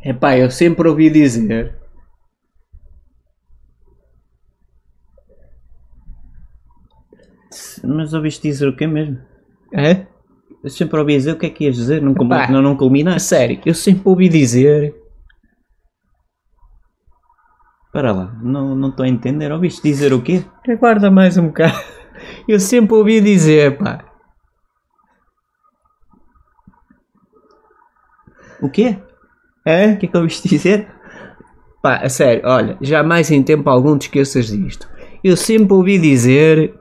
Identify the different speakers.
Speaker 1: Epá, eu sempre ouvi dizer.
Speaker 2: Mas ouviste dizer o quê mesmo?
Speaker 1: Hã?
Speaker 2: Eu sempre ouvi dizer o que é que ias dizer, não,
Speaker 1: É? Epá.
Speaker 2: não, não
Speaker 1: A
Speaker 2: culminaste.
Speaker 1: sério, eu sempre ouvi dizer.
Speaker 2: Para lá, não não estou a entender. Ouviste dizer o quê?
Speaker 1: Aguarda mais um bocado. Eu sempre ouvi dizer, pá.
Speaker 2: O quê?
Speaker 1: Hã?
Speaker 2: O que é que ouviste dizer?
Speaker 1: Pá, a sério, olha, jamais em tempo algum te esqueças disto. Eu sempre ouvi dizer.